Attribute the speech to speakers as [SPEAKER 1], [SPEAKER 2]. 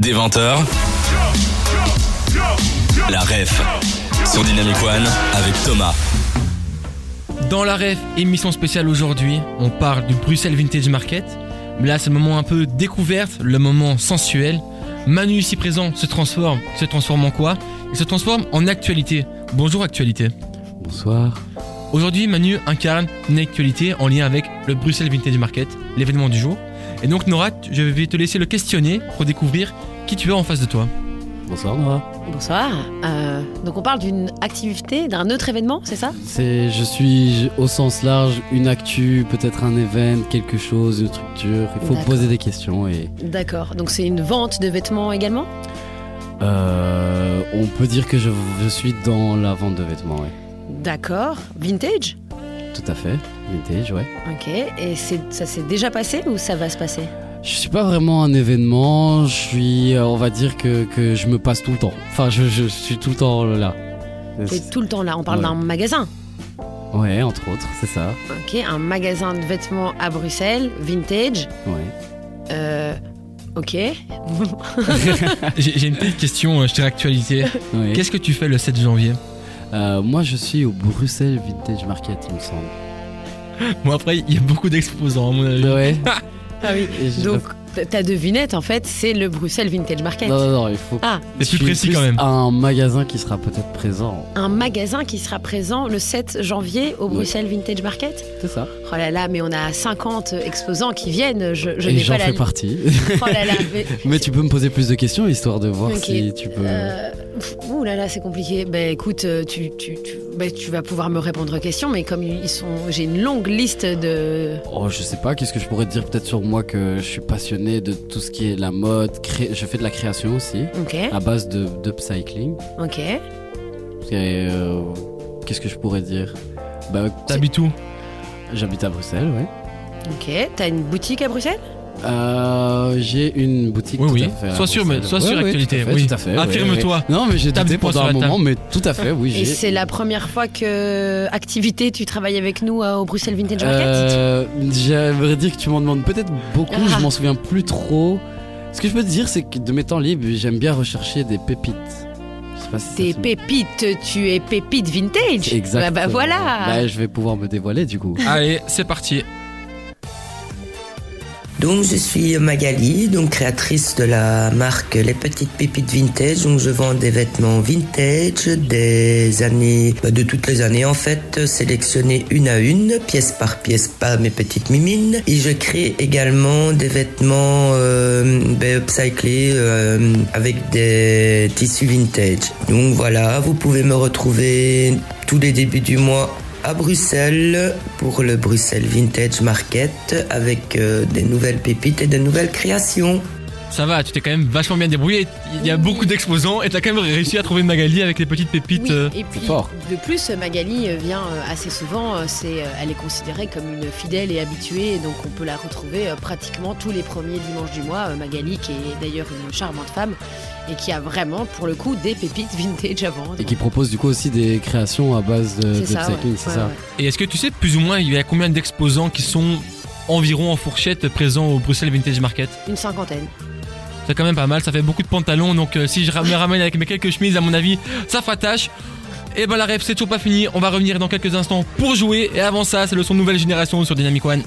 [SPEAKER 1] Des 20h, la ref sur Dynamic One avec Thomas.
[SPEAKER 2] Dans la ref, émission spéciale aujourd'hui, on parle du Bruxelles Vintage Market. Mais Là, c'est le moment un peu découverte, le moment sensuel. Manu, ici présent, se transforme. Se transforme en quoi Il se transforme en actualité. Bonjour, actualité.
[SPEAKER 3] Bonsoir.
[SPEAKER 2] Aujourd'hui, Manu incarne une actualité en lien avec le Bruxelles Vintage Market, l'événement du jour. Et donc, Nora, tu- je vais te laisser le questionner pour découvrir qui tu as en face de toi.
[SPEAKER 3] Bonsoir Nora.
[SPEAKER 4] Bonsoir. Euh, donc on parle d'une activité, d'un autre événement, c'est ça
[SPEAKER 3] C'est, je suis au sens large une actu, peut-être un événement, quelque chose, une structure. Il faut
[SPEAKER 4] D'accord.
[SPEAKER 3] poser des questions et
[SPEAKER 4] D'accord. Donc c'est une vente de vêtements également
[SPEAKER 3] euh, on peut dire que je, je suis dans la vente de vêtements. Ouais.
[SPEAKER 4] D'accord. Vintage
[SPEAKER 3] Tout à fait. Vintage, ouais.
[SPEAKER 4] Ok. Et c'est- ça s'est déjà passé ou ça va se passer
[SPEAKER 3] Je suis pas vraiment un événement. Je suis, euh, on va dire que, que je me passe tout le temps. Enfin, je, je suis tout le temps là.
[SPEAKER 4] T'es tout le temps là. On parle
[SPEAKER 3] Ouais.
[SPEAKER 4] d'un magasin.
[SPEAKER 3] Ouais, entre autres, c'est ça.
[SPEAKER 4] Ok. Un magasin de vêtements à Bruxelles, vintage.
[SPEAKER 3] Ouais.
[SPEAKER 4] Euh, ok.
[SPEAKER 2] J'ai j'ai une petite question, euh, je dirais actualité.
[SPEAKER 3] Ouais.
[SPEAKER 2] Qu'est-ce que tu fais le 7 janvier
[SPEAKER 3] Euh, moi, je suis au Bruxelles Vintage Market, il me semble.
[SPEAKER 2] Bon, après, il y a beaucoup d'exposants, à mon avis.
[SPEAKER 3] Ouais.
[SPEAKER 4] Ah oui.
[SPEAKER 3] Et je-
[SPEAKER 4] Donc t- ta devinette en fait, c'est le Bruxelles Vintage Market.
[SPEAKER 3] Non, non, non, il faut.
[SPEAKER 4] Ah,
[SPEAKER 2] C'est plus
[SPEAKER 3] Je suis
[SPEAKER 2] précis quand même.
[SPEAKER 3] Un magasin qui sera peut-être présent.
[SPEAKER 4] un magasin qui sera présent le 7 janvier au
[SPEAKER 3] Ouais.
[SPEAKER 4] Bruxelles Vintage Market
[SPEAKER 3] C'est ça.
[SPEAKER 4] Oh là là, mais on a 50 exposants qui viennent. Je, je
[SPEAKER 3] Et
[SPEAKER 4] n'ai
[SPEAKER 3] j'en
[SPEAKER 4] pas la
[SPEAKER 3] fais partie.
[SPEAKER 4] Oh là là, mais-
[SPEAKER 3] Mais tu peux me poser plus de questions histoire de voir
[SPEAKER 4] Ok.
[SPEAKER 3] si tu peux.
[SPEAKER 4] euh, pff, ouh là là, c'est compliqué. Ben écoute, euh, tu, tu, tu, ben, tu vas pouvoir me répondre aux questions, mais comme ils sont, j'ai une longue liste de.
[SPEAKER 3] Oh, je sais pas. Qu'est-ce que je pourrais te dire peut-être sur moi que je suis passionné de tout ce qui est la mode. cré- Je fais de la création aussi
[SPEAKER 4] Ok,
[SPEAKER 3] à base de d'upcycling.
[SPEAKER 4] ok.
[SPEAKER 3] Et, euh, Qu'est-ce que je pourrais dire Bah,
[SPEAKER 2] T'habites où
[SPEAKER 3] j'habite à Bruxelles, ouais.
[SPEAKER 4] Ok, t'as une boutique à Bruxelles
[SPEAKER 3] Euh, j'ai une boutique.
[SPEAKER 2] Oui,
[SPEAKER 3] tout
[SPEAKER 2] oui.
[SPEAKER 3] à fait à
[SPEAKER 2] Sois sûr, mais- sois
[SPEAKER 3] Bruxelles.
[SPEAKER 2] sûr,
[SPEAKER 3] Ouais, ouais,
[SPEAKER 2] actualité,
[SPEAKER 3] tout à fait,
[SPEAKER 2] oui.
[SPEAKER 3] Tout à fait. ouais,
[SPEAKER 2] Affirme-toi.
[SPEAKER 3] ouais. Non, mais j'ai
[SPEAKER 2] Tape
[SPEAKER 3] douté
[SPEAKER 2] des points
[SPEAKER 3] pendant
[SPEAKER 2] sur
[SPEAKER 3] un
[SPEAKER 2] la
[SPEAKER 3] moment, mais tout à fait, oui.
[SPEAKER 4] Et
[SPEAKER 3] j'ai-
[SPEAKER 4] c'est la première fois que activité tu travailles avec nous euh, au Bruxelles Vintage Market.
[SPEAKER 3] Euh, J'aimerais dire que tu m'en demandes peut-être beaucoup,
[SPEAKER 4] Ah.
[SPEAKER 3] je m'en souviens plus trop. Ce que je peux te dire, c'est que de mes temps libres, j'aime bien rechercher des pépites. Je sais pas si ça
[SPEAKER 4] T'es
[SPEAKER 3] te-
[SPEAKER 4] pépite, tu es pépite vintage.
[SPEAKER 3] Exactement.
[SPEAKER 4] Bah, bah voilà.
[SPEAKER 3] Bah, je vais pouvoir me dévoiler du coup.
[SPEAKER 2] Allez, c'est parti.
[SPEAKER 5] Donc je suis Magali, donc créatrice de la marque Les Petites Pépites Vintage. Donc je vends des vêtements vintage des années, bah, de toutes les années en fait, sélectionnés une à une, pièce par pièce par mes petites mimines. Et je crée également des vêtements euh, ben, upcyclés euh, avec des tissus vintage. Donc voilà, vous pouvez me retrouver tous les débuts du mois à Bruxelles pour le Bruxelles Vintage Market avec euh, des nouvelles pépites et des nouvelles créations.
[SPEAKER 2] Ça va, tu t'es quand même vachement bien débrouillé. Il y a beaucoup d'exposants et t'as quand même réussi à trouver Magali avec les petites pépites.
[SPEAKER 4] Oui,
[SPEAKER 2] euh.
[SPEAKER 4] et puis
[SPEAKER 3] fort.
[SPEAKER 4] de plus, Magali euh, vient euh, assez souvent. euh, C'est, euh, elle est considérée comme une fidèle et habituée, et donc on peut la retrouver euh, pratiquement tous les premiers dimanches du mois. Euh, Magali, qui est d'ailleurs une charmante femme et qui a vraiment, pour le coup, des pépites vintage à vendre.
[SPEAKER 3] Et qui propose du coup aussi des créations à base euh, de
[SPEAKER 4] C'est ça.
[SPEAKER 3] d'upcycling,
[SPEAKER 4] ouais.
[SPEAKER 3] c'est
[SPEAKER 4] Ouais,
[SPEAKER 3] ça.
[SPEAKER 4] ouais.
[SPEAKER 2] Et est-ce que tu sais plus ou moins il y a combien d'exposants qui sont environ en fourchette présents au Bruxelles Vintage Market
[SPEAKER 4] Une cinquantaine.
[SPEAKER 2] C'est quand même pas mal, ça fait beaucoup de pantalons donc euh, si je me ramène avec mes quelques chemises à mon avis, ça Eh fera tâche. Et ben la rêve c'est toujours pas fini, on va revenir dans quelques instants pour jouer et avant ça c'est le son nouvelle génération sur Dynamic One.